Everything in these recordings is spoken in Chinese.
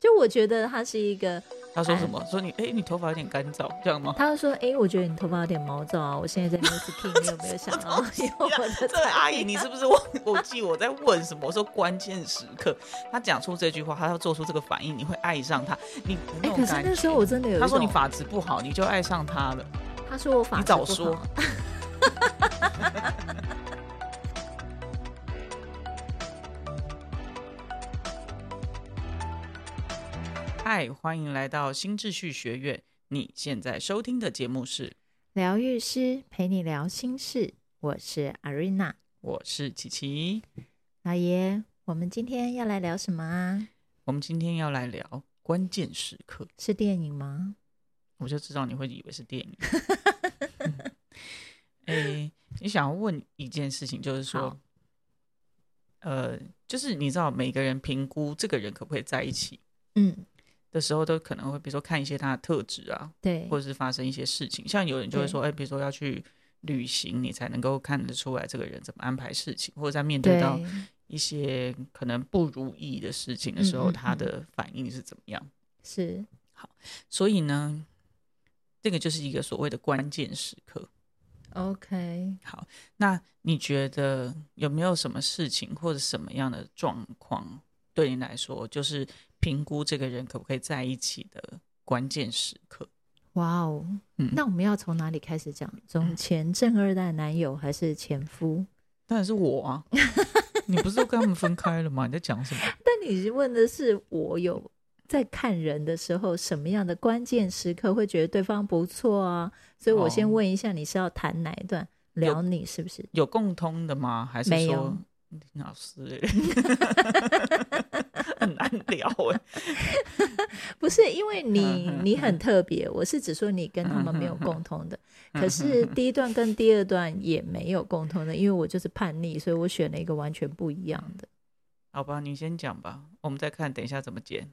就我觉得他是一个，他说什么？说你哎、你头发有点干燥，这样吗？ 他就说：“哎、我觉得你头发有点毛躁啊，我现在在 Miss King，你有没有想要用我的啊这位阿姨，你是不是忘我记我在问什么？我说关键时刻，他讲出这句话，他要做出这个反应，你会爱上他，你的哎、那种可是感那觉。时候我真的有一他说你种发质不好，你就爱上他了。他说我发你质早不说好。嗨，欢迎来到新秩序学院。你现在收听的节目是，疗愈师陪你聊心事，我是 Arena 我是琪琪。老爷。我们今天要来聊什么啊？我们今天要来聊关键时刻，是电影吗？我就知道你会以为是电 影。哎、你想要问一件事情，就是说好，呃，就是你知道每个人评估这个人可不可以在一起嗯，的时候，都可能会比如说看一些他的特质啊，对，或者是发生一些事情。像有人就会说，哎、比如说要去旅行，你才能够看得出来这个人怎么安排事情，或者在面对对到一些可能不如意的事情的时嗯候，嗯嗯他的反应是怎么样。是，所以呢，这个就是一个所谓的关键时刻。 OK，好，那你觉得有没有什么事情或者什么样的状况，对你来说就是评估这个人可不可以在一起的关键时刻？哇哦，嗯那我们要从哪里开始讲？从前正二代男友还是前夫？当然是 我啊！你不是都跟他们分开了吗？你在讲什么？但你问的是我有在看人的时候，什么样的关键时刻会觉得对方不错啊？所以我先哦问一下，你是要谈哪一段？聊你是不是？有嗯共通的吗？还是没有说林老师、欸 很难聊哎、不是，因为你 嗯嗯嗯你很特别，我是只说你跟他们没有共同的，可是第一段跟第二段也没有共同的，因为我就是叛逆，所以我选了一个完全不一样的。好吧，你先讲吧，我们再看，等一下怎么剪。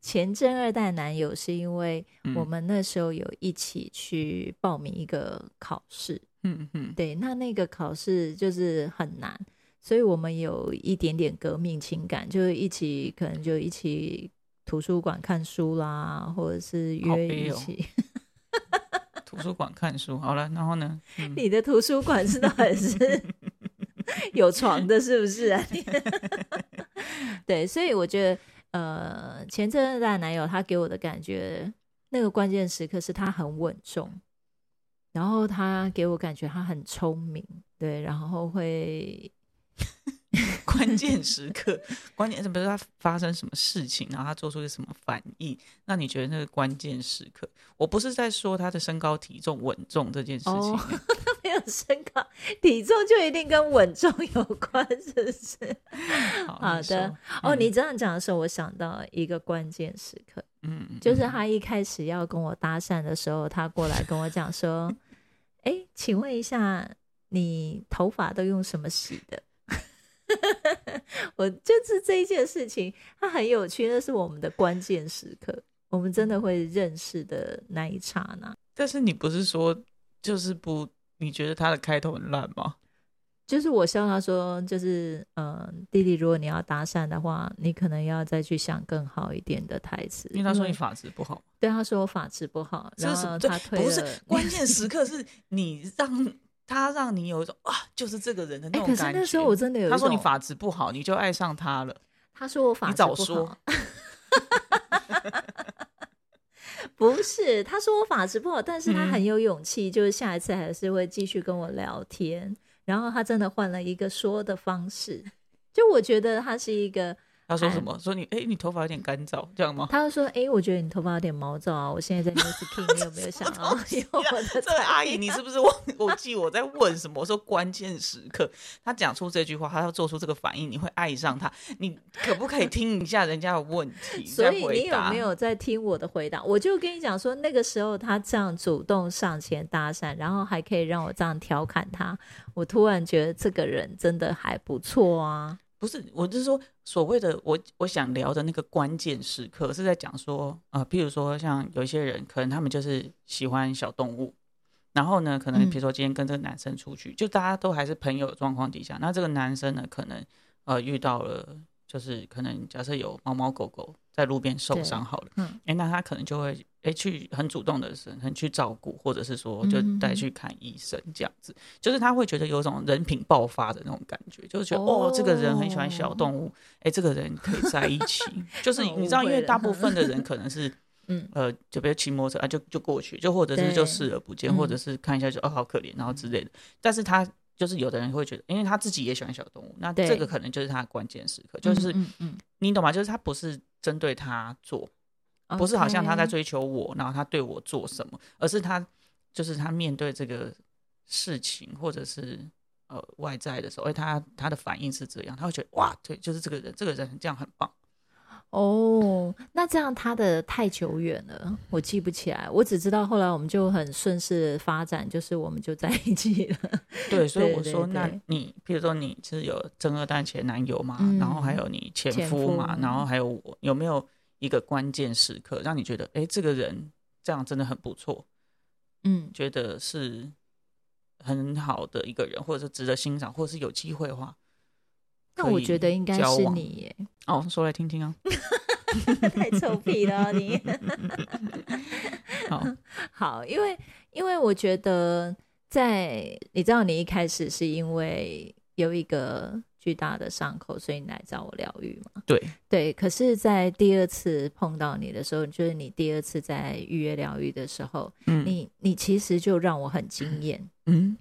前正二代男友是因为嗯我们那时候有一起去报名一个考试，嗯嗯，对，那那个考试就是很难，所以我们有一点点革命情感，就是一起可能就一起图书馆看书啦，或者是好约悲一哦 起。图书馆看书好了，然后呢？嗯、你的图书馆是到底是有床的，是不是、啊？ 你对，所以我觉得，呃，前阵子的男友他给我的感觉，那个关键时刻是他很稳重，然后他给我感觉他很聪明，对，然后会 关键时刻， 关键是不是他发生什么事情，然后他做出一个什么反应？那你觉得那个关键时刻？我不是在说他的身高、体重、稳重这件事情、哦没有身高、体重就一定跟稳重有关，是不是？好好，你说的哦，嗯你这样讲的时候，我想到一个关键时刻，嗯，嗯就是他一开始要跟我搭讪的时候，他过来跟我讲说：“哎、请问一下，你头发都用什么洗的？” 我就是这一件事情，它很有趣，那是我们的关键时刻，我们真的会认识的那一刹那。但是你不是说就是不？你觉得他的开头很烂吗？就是我笑他说，就是嗯，弟弟，如果你要搭讪的话，你可能要再去想更好一点的台词。因为他说你发质不好，对他说我发质不好，嗯这然是什后么？他对，推不了 哎是关键时刻，是你让他让你有一种啊，就是这个人的那哎、种可感觉。是那时候我真的有一他说你种发质不好，你就爱上他了。他说我发你质早不说好， 不是，他说我发质不好，但是他嗯很有勇气，就是下一次还是会继续跟我聊天。然后他真的换了一个说的方式，就我觉得他是一个，他说什么？说你哎、你头发有点干燥，这样 吗？他就说：“诶，我觉得你头发有点毛躁啊，我现在在 Miss King，你有没有想要用我的这位阿姨，你是不是 忘？我记我在问什么？我说关键时刻，他讲出这句话，他要做出这个反应，你会爱上他。你可不可以听一下人家的问题？所以再你回有答没？有在听我的回答？我就跟你讲说，那个时候他这样主动上前搭讪，然后还可以让我这样调侃他，我突然觉得这个人真的还不错啊。不是，我就是说，所谓的我我想聊的那个关键时刻，是在讲说，呃，譬如说，像有一些人，可能他们就是喜欢小动物，然后呢，可能嗯比如说今天跟这个男生出去，就大家都还是朋友的状况底下，那这个男生呢，可能呃遇到了就是可能假设有猫猫狗狗在路边受伤好了，嗯哎、那他可能就会哎、诶去很主动的很去照顾，或者是说就嗯嗯嗯带去看医生这样子，就是他会觉得有种人品爆发的那种感觉，就是觉得哦这个人很喜欢小哦动物，哎、这个人可以在一起，就 是哦你知道，误因会为了大部分的 人可能是嗯呃，就比如骑摩托车啊，就就过去，就或者是对就视而不见，或者嗯是看一下就哦好可怜，然后之类的。但是他就是有的人会觉得，因为他自己也喜欢小动物，那这对个可能就是他的关键时刻，就是、嗯嗯你懂吗？就是他不是针对他做，嗯，不是好像他在 OK 追求我，然后他对我做什么，而是他就是他面对这个事情或者是。呃，外在的时候，哎，他他的反应是这样，他会觉得哇，对，就是这个人，这个人这样很 棒，哦，那这样他的太久远了，我记不起来。我只知道后来我们就很顺势发展，就是我们就在一起了。 对，所以对我对说，那对你，譬如说你是有正二代前男友嘛，嗯然后还有你前前夫嘛，夫嗯然后还有我，有没有一个关键时刻让你觉得，哎、这个人这样真的很不错，嗯，觉得是很好的一个人，或者是值得欣赏，或者是有机会的话，那可我以觉得应该交是往你耶，哦，说来听听啊。太臭屁了你。好， 好，因为因为我觉得在你知道，你一开始是因为有一个巨大的伤口，所以你来找我疗愈嘛。对，对，可是，在第二次碰到你的时候，就是你第二次在预约疗愈的时候，嗯你你其实就让我很惊艳。嗯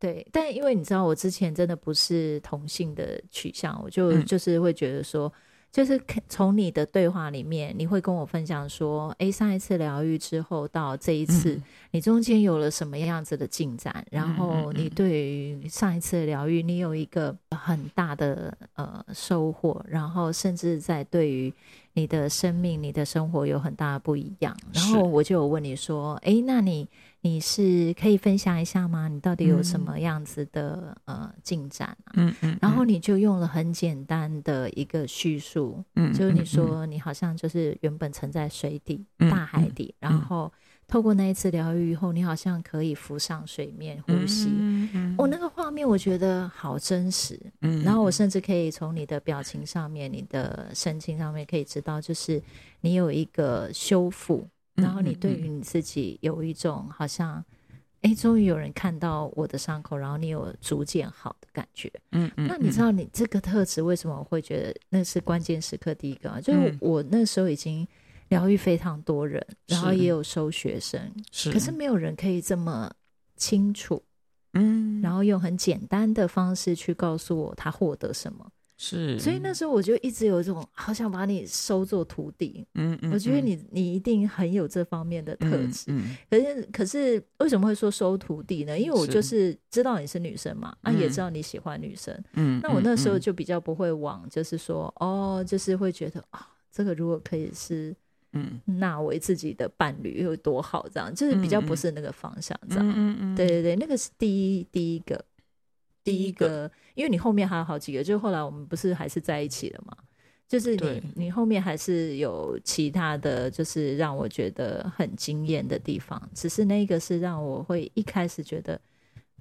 对，但因为你知道，我之前真的不是同性的取向，我就、嗯就是会觉得说，就是看从你的对话里面，你会跟我分享说，诶，上一次疗愈之后到这一次，嗯你中间有了什么样子的进展？然嗯后你嗯对于上一次的疗愈，你有一个很大的呃收获，然后甚至在对于你的生命、你的生活有很大的不一样。然是后我就有问你说：“诶，那你你是可以分享一下吗？你到底有什嗯么样子的、呃进展啊？”嗯嗯，然后你就用了很简单的一个叙述，嗯就是你，嗯说你好像就是原本沉在水底、嗯大海底，然嗯后透过那一次疗愈以后，你好像可以浮上水面呼嗯吸。嗯嗯哦，那个画面我觉得好真实，嗯然后我甚至可以从你的表情上面、你的神情上面可以知道，就是你有一个修复，嗯然后你对于你自己有一种好像，哎，终于有人看到我的伤口，然后你有逐渐好的感觉。嗯嗯，那你知道，道你这个特质为什么我会觉得那是关键时刻第一个啊？就是嗯我那时候已经疗愈非常多人，然后是也有收学生，是，可是没有人可以这么清楚，嗯，然后用很简单的方式去告诉我他获得什么。是，所以那时候我就一直有一种好想把你收作徒弟，嗯，嗯我觉得嗯你你一定很有这方面的特质。嗯可是，可是为什么会说收徒弟呢？因为我是就是知道你是女生嘛，啊，也嗯知道你喜欢女生，嗯，那我那时候嗯就比较不会往，就是说，哦，就是会觉得啊、这个如果可以是嗯纳为自己的伴侣，有多好，这样就是比较嗯不嗯是那个方向，这样。嗯嗯嗯，对对对，那个是第一第一个，第一个，因为你后面还有好几个，就是后来我们不是还是在一起了嘛。就是对你，你后面还是有其他的就是让我觉得很惊艳的地方，只是那个是让我会一开始觉得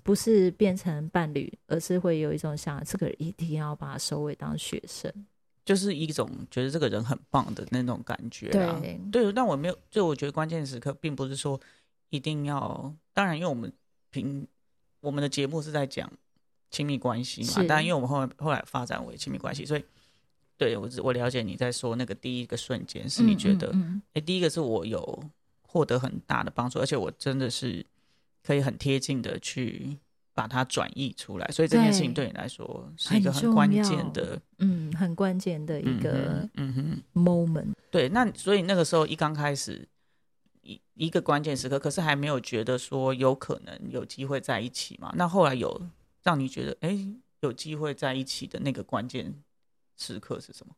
不是变成伴侣，而是会有一种想这个一定要把它收尾当学生。就是一种觉得这个人很棒的那种感觉啊。对对，但我没有，就我觉得关键时刻并不是说一定要，当然，因为我们平我们的节目是在讲亲密关系嘛，是当然，因为我们后来后来发展为亲密关系，所以对我只我了解你在说那个第一个瞬间是你觉得，哎、嗯嗯嗯第一个是我有获得很大的帮助，而且我真的是可以很贴近的去。把它转译出来，所以这件事情对对你来说是一个很很重关要键的嗯很关键的一个嗯哼，嗯哼 moment。对，那所以那个时候一刚开始，一一个关键时刻，可是还没有觉得说有可能有机会在一起嘛？那后来有让你觉得哎、诶有机会在一起的那个关键时刻是什么？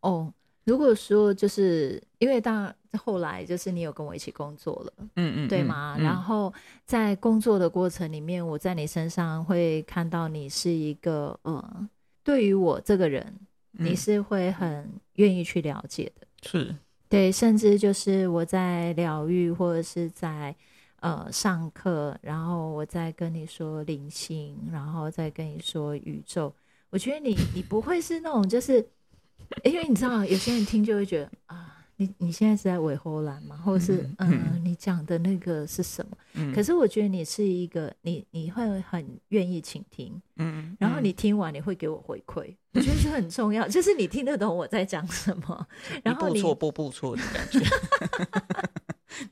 哦，如果说就是因为当然后来就是你有跟我一起工作了，嗯嗯，对嗯吗？嗯然后在工作的过程里面，我在你身上会看到你是一个呃，对于我这个人，你嗯是会很愿意去了解的。是对，甚至就是我在疗愈或者是在呃上课，然后我在跟你说灵性，然后再跟你说宇宙，我觉得你你不会是那种就是，因为你知道有些人听就会觉得啊，你你现在是在尾后兰嘛，或者是嗯嗯、嗯呃你讲的那个是什么？嗯可是我觉得你是一个你你会很愿意倾听，嗯，然后嗯你听完你会给我回馈，我觉得这很重要，就是你听得懂我在讲什 么，然后一步你错步步错的感觉，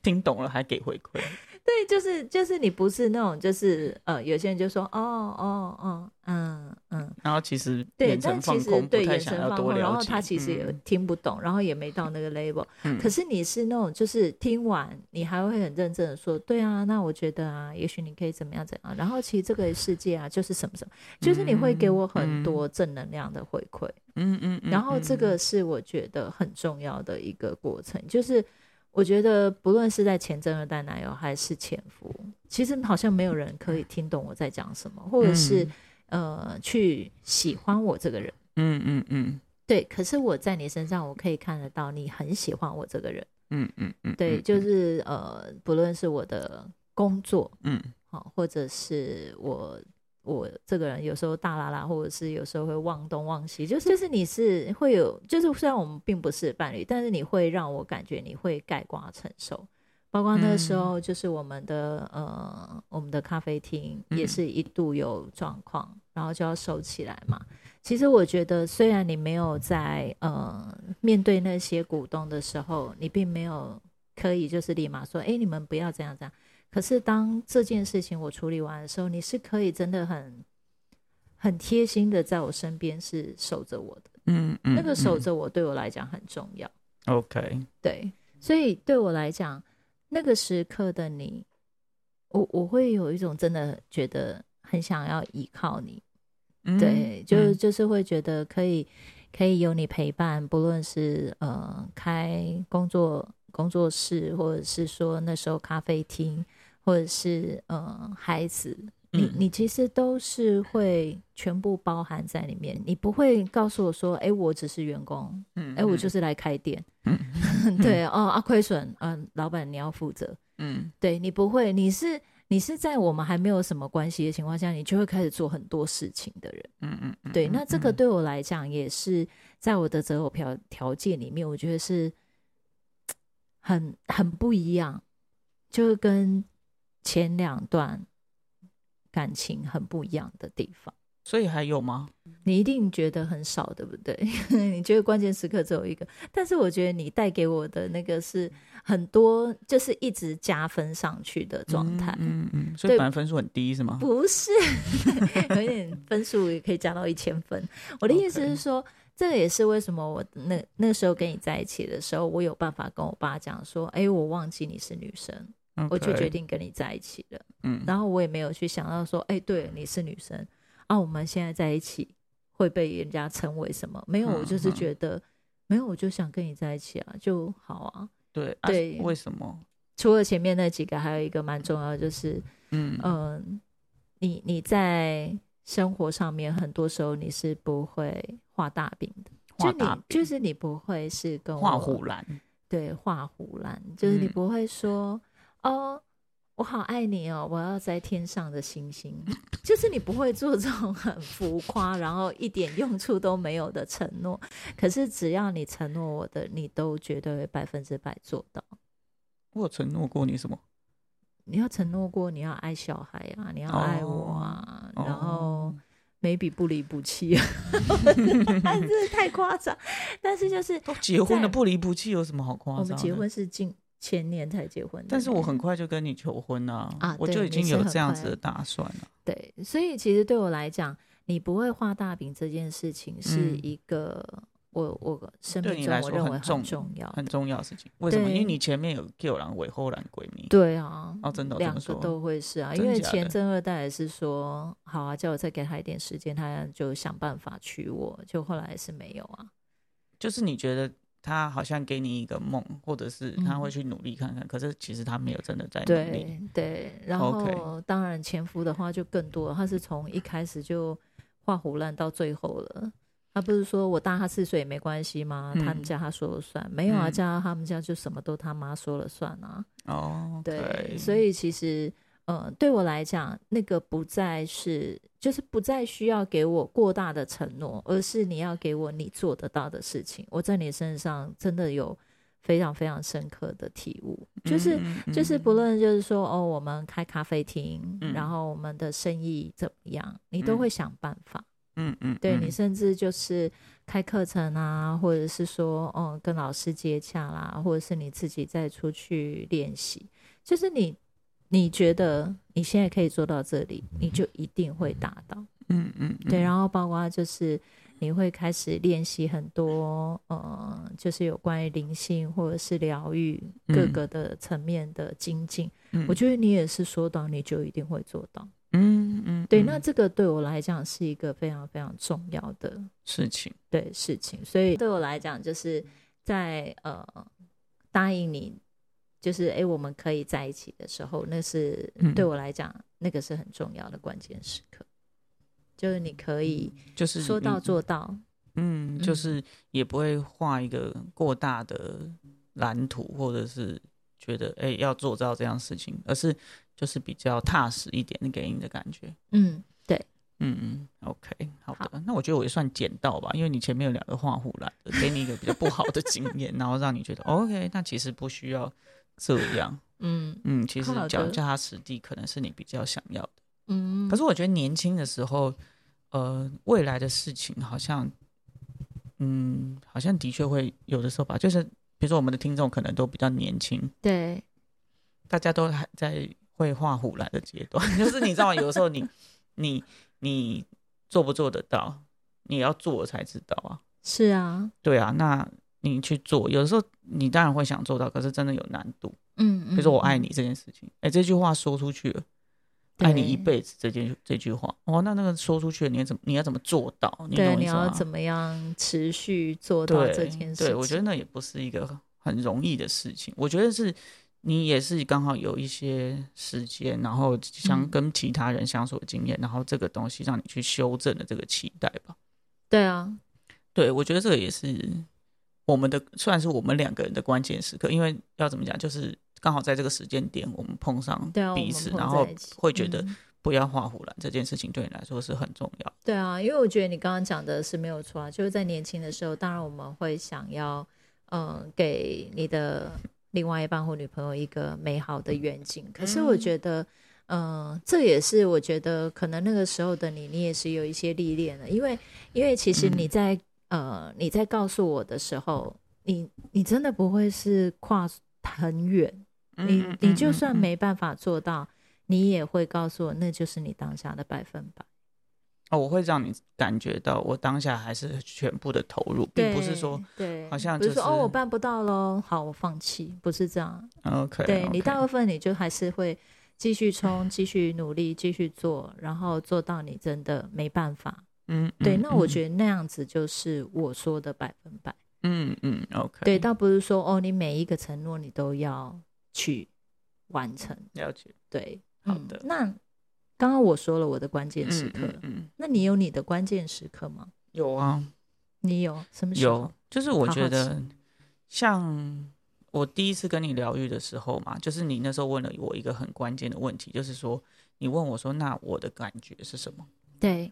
听懂了还给回馈，对，就是就是你不是那种就是呃，有些人就说哦哦哦嗯嗯，然后其实对，眼但神其放实空，对不太眼想神要放多空，了解，然后他其实也听不懂，然后也没到那个 level，嗯，可是是你是那种就是听完你还会很认真的说，对啊，那我觉得啊，也许你可以怎么样怎样，然后其实这个世界啊就是什么什么，就是你会给我很嗯多正能量的回馈。嗯嗯嗯，然后这个是我觉得很重要的一个过程，就是我觉得不论是在前真二代男友还是前夫，其实好像没有人可以听懂我在讲什么，或者是、呃去喜欢我这个人。嗯嗯嗯对，可是我在你身上，我可以看得到你很喜欢我这个人。嗯嗯嗯嗯，对，就是呃，不论是我的工作，嗯好、或者是我我这个人有时候大啦啦，或者是有时候会忘东忘西，就是就是你是会有，就是虽然我们并不是伴侣，但是你会让我感觉你会盖瓜承受。包括那个时候，就是我们的、呃，我们的咖啡厅也嗯是一度有状况，然后就要收起来嘛。其实我觉得，虽然你没有在呃面对那些股东的时候，你并没有可以就是立马说，哎、你们不要这样这样。可是当这件事情我处理完的时候，你是可以真的很很贴心的在我身边，是守着我的。嗯嗯，那个守着我对我来讲很重要。 ，OK，对，所以对我来讲，那个时刻的你，我我会有一种真的觉得很想要依靠你。嗯对，就就是会觉得可以可以有你陪伴，不论是呃开工作工作室，或者是说那时候咖啡厅，或者是呃孩子，你嗯你其实都是会全部包含在里面，你不会告诉我说，哎、我只是员工，嗯，哎、我就是来开店，嗯 对哦啊亏损，嗯、老板你要负责，嗯对你不会，你是你是在我们还没有什么关系的情况下，你就会开始做很多事情的人。嗯嗯嗯，对，那这个对我来讲也是在我的择偶条条件里面，我觉得是很很不一样，就是跟前两段感情很不一样的地方。所以还有吗？你一定觉得很少，对不对？ 你觉得关键时刻只有一个，但是我觉得你带给我的那个是很多，就是一直加分上去的状态。嗯嗯，所以本来分数很低是吗？不是， 有一点分数也可以加到一千分。我的意思是说 OK 这也是为什么我那那时候跟你在一起的时候，我有办法跟我爸讲说，哎、我忘记你是女生，我就决，定跟你在一起了。嗯然后我也没有去想到说，哎、对，你是女生啊，我们现在在一起会被人家称为什么？没有，我就是嗯嗯觉得、没有，我就想跟你在一起啊，就好啊。对对为什么？除了前面那几个，还有一个蛮重要的就是。嗯嗯，你你在生活上面很多时候你是不会画大饼的，画就大你哦就是你不会是跟我画虎兰，对画虎兰，就是你嗯不会说、哦，我好爱你哦，我要在天上的星星，就是你不会做这种很浮夸，然后一点用处都没有的承诺。可是只要你承诺我的，你都绝对会百分之百做到。我有承诺过你什么？你要承诺过你要爱小孩啊，你要爱我啊，哦然后 maybe 不离不弃 啊，但是太夸张。但是就是都结婚在了，不离不弃有什么好夸我张的？们结婚是近前年才结婚的，但是我很快就跟你求婚了、啊我就对已你经是有很这样快子的打算了。对，所以其实对我来讲，你不会画大饼这件事情是嗯一个、我我生对命你中来我说认为很重重要的很重要的事情，为什么？因为对你前面有 Q 狼尾后狼闺蜜，对啊，哦，真的哦这两个么说，都会是啊，因真为假前的正二代也是说，好啊，叫我再给他一点时间，他就想办法娶我，就后来也是没有啊。就是你觉得他好像给你一个梦，或者是他会嗯去努力看看，可是其实他没有真的在努力。对对，然 OK 后当然前夫的话就更多了，他是从一开始就画胡乱到最后了。他不是说我大他四岁也没关系吗？他们嗯家他说了算，没有啊，嗯家他们家就什么都他妈说了算啊。哦，对， OK 所以其实呃，对我来讲，那个不再是，就是不再需要给我过大的承诺，而是你要给我你做得到的事情。我在你身上真的有非常非常深刻的体悟，就是嗯嗯就是嗯不论就是说哦，我们开咖啡厅，嗯然后我们的生意怎么样，你都嗯会想办法。嗯嗯，对嗯你甚至就是开课程啊，或者是说，嗯，跟老师接洽啦，或者是你自己再出去练习，就是你你觉得你现在可以做到这里，你就一定会达到。嗯嗯，对，后然后包括就是你会开始练习很多，呃，就是有关于灵性或者是疗愈各嗯个的层面的精进。我觉得你也是说到，你就一定会做到。嗯嗯对，嗯那这个对我来讲是一个非常非常重要的事情，对事情，所以对我来讲，就是在呃答应你，就是诶，我们可以在一起的时候，那是、嗯对我来讲，那个是很重要的关键时刻，就是你可以嗯就是说到你做到，嗯，嗯就是也不会画一个过大的蓝图，或者是觉得哎、要做到这样事情，而是就是比较踏实一点给你的感觉。嗯，对，嗯嗯，OK，好的，那我觉得我也算捡到吧，因为你前面有两个画虎兰的，给你一个比较不好的经验，然后让你觉得 OK，那其实不需要这样。嗯嗯，其实好脚的踏实地可能是你比较想要的。嗯，可是我觉得年轻的时候，呃，未来的事情好像，嗯，好像的确会有的时候吧，就是比如说我们的听众可能都比较年轻，对，大家都还在会画虎兰的阶段， 就是你知道吗？有的时候你你你做不做得到，你要做才知道啊。是啊，对啊，那你去做，有的时候你当然会想做到，可是真的有难度。嗯，比如说“我爱你，你”这件事情，哎、这句话说出去了，“爱你一对辈子”这件这句话，哦，那那个说出去了，你要怎么你要怎么做到？你懂对，我你意思吗要怎么样持续做到对这件事情？对，我觉得那也不是一个很容易的事情。我觉得是你也是刚好有一些时间，然后相嗯跟其他人相处的经验，然后这个东西让你去修正的这个期待吧。对啊，对，我觉得这个也是我们的，算是我们两个人的关键时刻，因为要怎么讲，就是刚好在这个时间点，我们碰上对啊，我彼们此，碰然在后一起会觉得嗯不要画虎兰这件事情对你来说是很重要。对啊，因为我觉得你刚刚讲的是没有错啊，就是在年轻的时候，当然我们会想要，嗯，给你的另外一半或女朋友一个美好的远景。可是我嗯觉得，嗯，这也是我觉得可能那个时候的你，你也是有一些历练的，因为因为其实你嗯在、呃你在告诉我的时候，你你真的不会是跨很远，你嗯你就算，嗯嗯没办法做到，你也会告诉我，那就是你当下的百分百。哦，我会让你感觉到我当下还是全部的投入，并不是说对，好像不是就说哦，是我办不到喽，好，我放弃，不是这样。嗯 OK，对你大部分你就还是会继续冲，继续努力，继续做，然后做到你真的没办法。嗯，嗯对，那我得，觉得那样子就是我说的百分百。嗯嗯，OK，对，倒不是说哦，你每一个承诺你都要去完成。了解，对，好嗯的那刚刚我说了我的关键时嗯刻，嗯嗯，那你有你的关键时刻吗？有啊，你有什么时候有，就是我嗯好觉好得像我第一次跟你疗愈的时候嘛，就是你那时候问了我一个很关键的问题，就是说你问我说，那我的感觉是什么？对，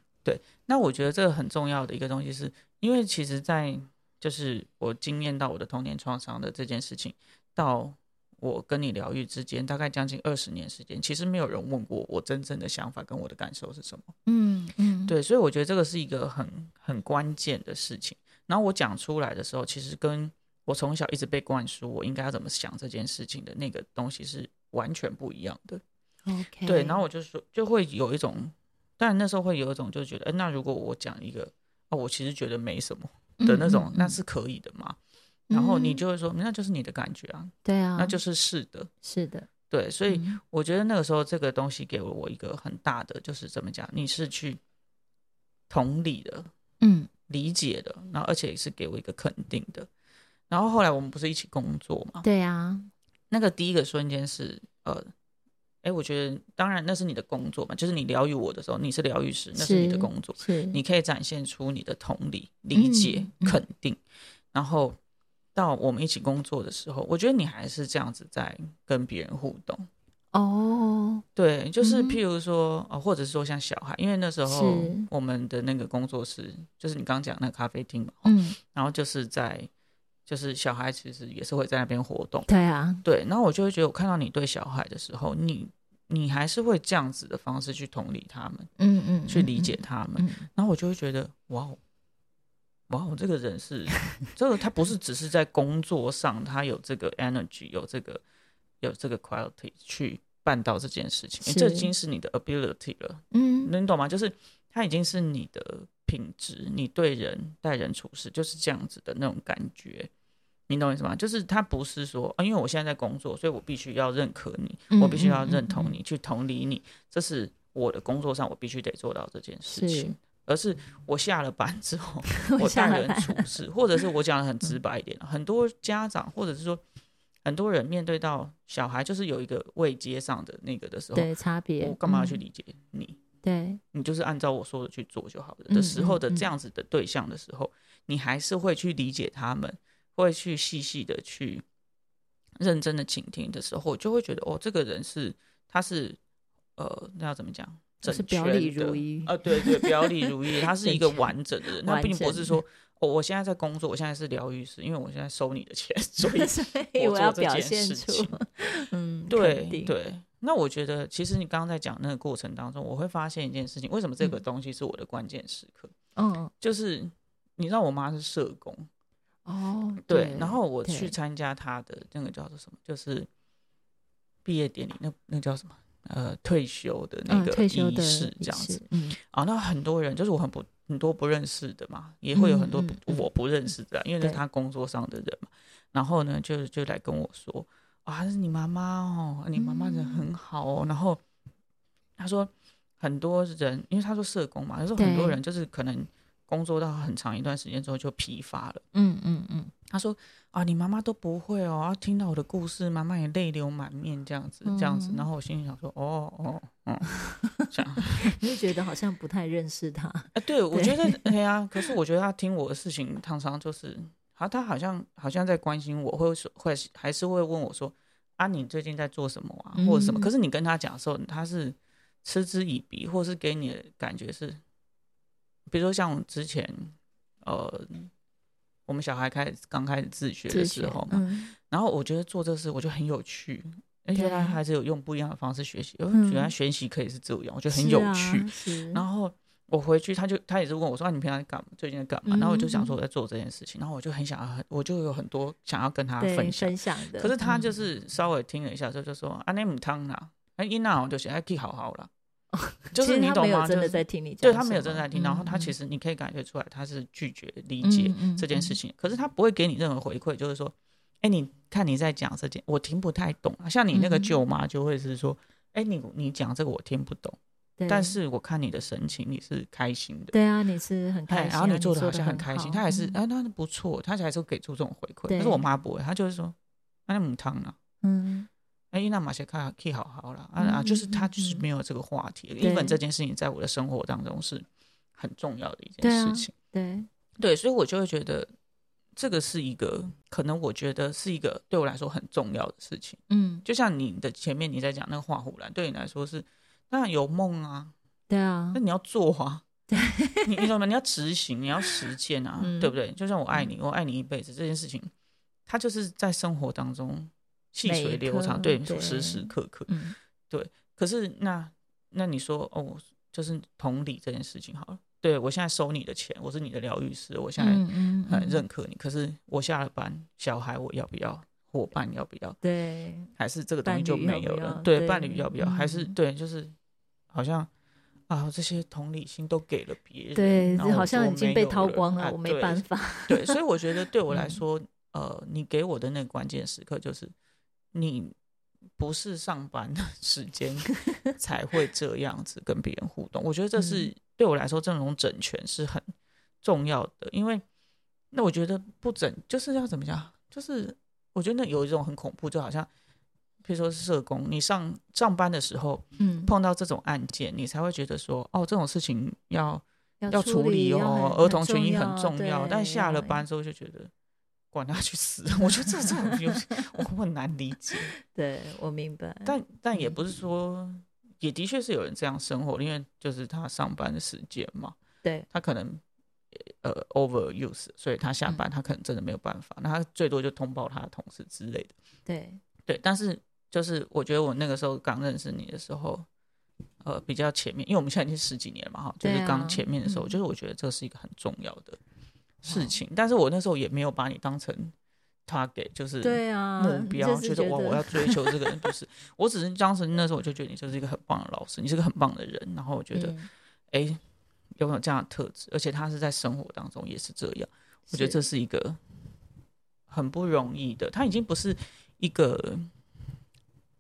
那我觉得这个很重要的一个东西是，因为其实，在就是我经验到我的童年创伤的这件事情，到我跟你疗愈之间，大概将近二十年时间，其实没有人问过我真正的想法跟我的感受是什么。嗯嗯，对，所以我觉得这个是一个很很关键的事情。然后我讲出来的时候，其实跟我从小一直被灌输我应该要怎么想这件事情的那个东西是完全不一样的。 ，OK，对，然后我就说，就会有一种，但那时候会有一种就觉得，哎、那如果我讲一个，哦，我其实觉得没什么的那种，嗯嗯那嗯是可以的嘛？然后你嗯就会说，那就是你的感觉啊，对啊，那就是是的。是的，对，所以嗯我觉得那个时候这个东西给了我一个很大的，就是怎么讲，你是去同理的，嗯理解的，然后而且也是给我一个肯定的。然后后来我们不是一起工作嘛？对啊，那个第一个瞬间是呃，哎，我觉得当然那是你的工作嘛，就是你疗愈我的时候，你是疗愈师，那是你的是工作，是你可以展现出你的同理、理解、嗯嗯肯定。然后到我们一起工作的时候，我觉得你还是这样子在跟别人互动。哦，对，就是嗯譬如说，呃，或者是说像小孩，因为那时候是我们的那个工作室，就是你刚刚讲那个咖啡厅嘛，哦嗯，然后就是在，就是小孩其实也是会在那边活动，对啊，对，然后我就会觉得，我看到你对小孩的时候，你你还是会这样子的方式去同理他们，嗯嗯，去嗯理解，他们，嗯然后我就会觉得，哇哦，哇哦，这个人是这个，他不是只是在工作上，他有这个 energy，有这个有这个 quality 去办到这件事情，诶这是已经是你的 ability 了，嗯，嗯你懂吗？就是他已经是你的品质，你对人待人处事就是这样子的那种感觉。你懂我意思吗？就是他不是说啊，因为我现在在工作，所以我必须要认可你，嗯我必须要嗯嗯认同嗯你，去同理你，这是我的工作上我必须得做到这件事情是。而是我下了班之 后，我我嗯下待了人班处事，或者是我讲的很直白一点，很多家长或者是说很多人面对到小孩，就是有一个未接上的那个的时候，对差别，我干嘛要去嗯？理解你？对，你就是按照我说的去做就好了。嗯的时候的嗯嗯这样子的对象的时候，你还是会去理解他们，会去细细的去认真的倾听的时候，我就会觉得哦，这个人是他是呃，那要怎么讲？就整是全表里如一的呃，对对，表里如 一，他是一个整全完整的人，他完并不整是说哦，我现在在工作，我现在是疗愈师，因为我现在收你的钱， 所 以所以我我做要这表件现事出情， 嗯，肯对定，对，那我觉得其实你刚刚在讲那个过程当中，我会发现一件事情，为什么这个嗯东西是我的关键时刻？嗯，就是你知道我妈是社工，哦，然后我对去参加她的那个叫做什么，就是毕业典礼，那那叫什么？呃，退休的那嗯个退休仪的式仪这样子式，嗯，啊，那很多人就是我很不很多不认识的嘛，也会有很多嗯不嗯嗯我不认识的啊、因为对是他工作上的人嘛。然后呢，就就来跟我说啊，是你妈妈哦，你妈妈人嗯很好哦。然后他说很多人，因为他说社工嘛，他说很多对人就是可能工作到很长一段时间之后就疲乏了。嗯嗯嗯， 他说啊，你妈妈都不会哦，啊、听到我的故事，妈妈也泪流满面这样子，这样子。嗯然后我心里想说，哦哦哦，这样。你会觉得好像不太认识他，啊，对，我对觉得， 哎呀，可是我觉得他听我的事情，常常就是，好，他好像好像在关心我，会说会还是会问我说，啊，你最近在做什么啊，或者什么？嗯可是你跟他讲的时候，他是嗤之以鼻，或是给你的感觉是，比如说像我之前，呃，我们小孩开始刚开始自学的自时学候嘛，嗯，然后我觉得做这事我就很有趣。而且他对还是有用不一样的方式学习，我嗯觉得他学习可以是这样，我觉得很是有啊趣。，是然后我回去，他就他也是问我说：“啊，你平常在干嘛？最近在干嘛？”然后我就想嗯说我在做这件事情，然后我就很想要很，我就有很多想要跟他对分分享。享的，可是他嗯就是稍微听了一下之后就说：“啊，那母汤啦，哎，伊娜我就写，哎，可以好好啦。” 就哦其是实你他懂没有吗？真就的是在听你讲什对么，他没有真的在听，然后他嗯其实你可以感觉出来他是拒绝理解这件事，情，可是他不会给你任何回馈，就是说，哎，你看你在讲这件，我听不太懂啊。像你那个嗯舅妈就会是说，哎，你你讲这个我听不懂。嗯嗯嗯对但是我看你的神情，你是开心的，对啊，你是很开哎，心啊，然后你做的的好像很开心，他还是啊，那不错，他还是会给出这种回馈。但是我对妈不会，她就是说，啊，那母汤呢？嗯，哎，那马些卡可以好好了啊嗯啊，就是嗯她嗯就是嗯没有这个话题。对 even 这件事情在我的生活当中是很重要的一件对啊事情。对，对，所以我就会觉得这个是一个可能，我觉得是一个对我来说很重要的事情。嗯，就像你的前面你在讲那个画虎兰，对你来说是，那有梦啊，对啊那，你要做啊， 你你懂吗？你要执行，你要实践啊，嗯对不对？就像我爱你，我爱你一辈子这件事情，它就是在生活当中细每一水流长，刻对，对时时刻刻。嗯，可是那那你说哦，就是同理这件事情好了，对我现在收你的钱，我是你的疗愈师，我现在嗯很认可你。可是我下了班，小孩我要不要？伙伴要不要？对，还是这个东西就没伴侣有要不了要？对，对伴侣要不要？还是嗯对，就是好像啊，这些同理心都给了别人，对，然后我好像说已经没被有掏光了，了，啊我没办。法。对对，所以我觉得对我来嗯说，呃，你给我的那个关键时刻就是你。不是上班的 时间才会这样子跟别人互动，我觉得这是对我来说这种整全是很重要的，因为那我觉得不整就是要怎么讲，就是我觉得那有一种很恐怖，就好像比如说是社工，你上上班的时候嗯，碰到这种案件，你才会觉得说，哦，这种事情要要要处理理要哦，很儿童权益很重对要。但下了班要之后就觉得，管他去死！我觉得这这种有我很难理 解，对我明白。但但嗯也不是说，也的确是有人这样生活，因为就是他上班的时间嘛，对他可能呃 overuse，所以他嗯下班他可能真的没有办法，那他最多就通报他的同事之类的。对，对，但是就是我觉得我那个时候刚认识你的时候，呃，比较前面，因为我们现在已经十几年了嘛，哈，就对是啊刚前面的时嗯候，就是我觉得这是一个很重要的事情，但是我那时候也没有把你当成 target，就是对啊，目标，就是得哇，我要得追求这个人，不是，我只是当时那时候我就觉得你就是一个很棒的老师，你是个很棒的人，然后我觉得嗯哎、诶有没有这样的特质，而且他是在生活当中也是这样，我觉得是这是一个很不容易的，他已经不是一个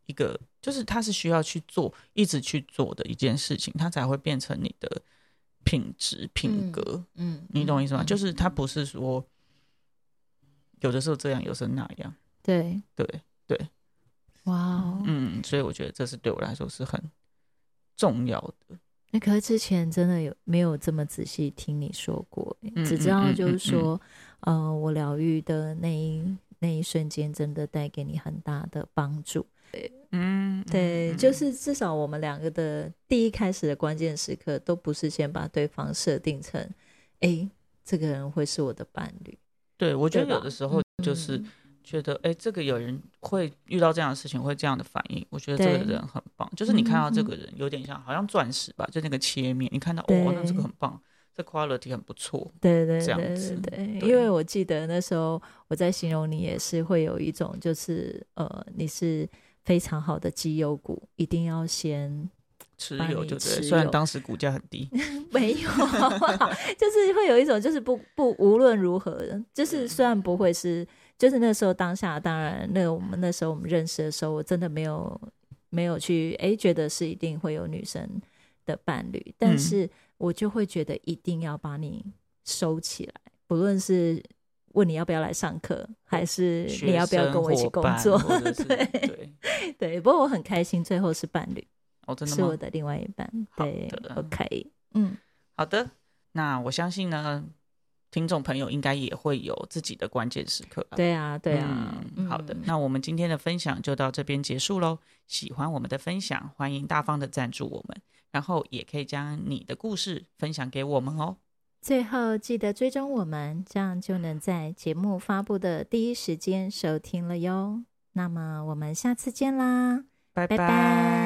一个，就是他是需要去做，一直去做的一件事情，他才会变成你的品质品嗯格，嗯，你懂我意思吗？嗯就是他不是说有的时候这样，有时候那样，对，对。哇哦，嗯，所以我觉得这是对我来说是很重要的。那可是之前真的有没有这么仔细听你说过？嗯只知道嗯嗯就是嗯说，呃，我疗愈的那一那一瞬间，真的带给你很大的帮助。嗯，对，就是至少我们两个的第一开始的关键时刻，都不是先把对方设定成，诶，这个人会是我的伴侣。对，我觉得对吧有的时候就是嗯觉得，哎、这个有人会遇到这样的事情，会这样的反应，我觉得这个对人很棒。就是你看到嗯嗯这嗯个人，有点像好像钻石吧，就那个切面，你看到，对哦，那这个很棒，这 quality 很不错。对对这样对子对对，对因为我记得那时候我在形容你也是会有一种就是呃，你是非常好的绩优股，一定要先持帮有你就持对，虽然有当时股价很低，没有，好不好？就是会有一种，就是不不，无论如何，就是虽然不会是，就是那时候当下，当然，那个我们那时候我们认识的时候，我真的没有没有去诶，觉得是一定会有女生的伴侣，但嗯是我就会觉得一定要把你收起来，不论是问你要不要来上课，还是 你学要不要生跟我一伙起工伴作，或者 是对对，对。不过我很开心，最后是伴侣，哦，真的是吗？我的另外一半。好对的，OK，嗯，好的，那我相信呢，听众朋友应该也会有自己的关键时刻吧。对啊，对啊，嗯好的嗯，那我们今天的分享就到这边结束喽。喜欢我们的分享，欢迎大方的赞助我们，然后也可以将你的故事分享给我们哦。最后记得追踪我们，这样就能在节目发布的第一时间收听了哟。那么我们下次见啦，拜拜拜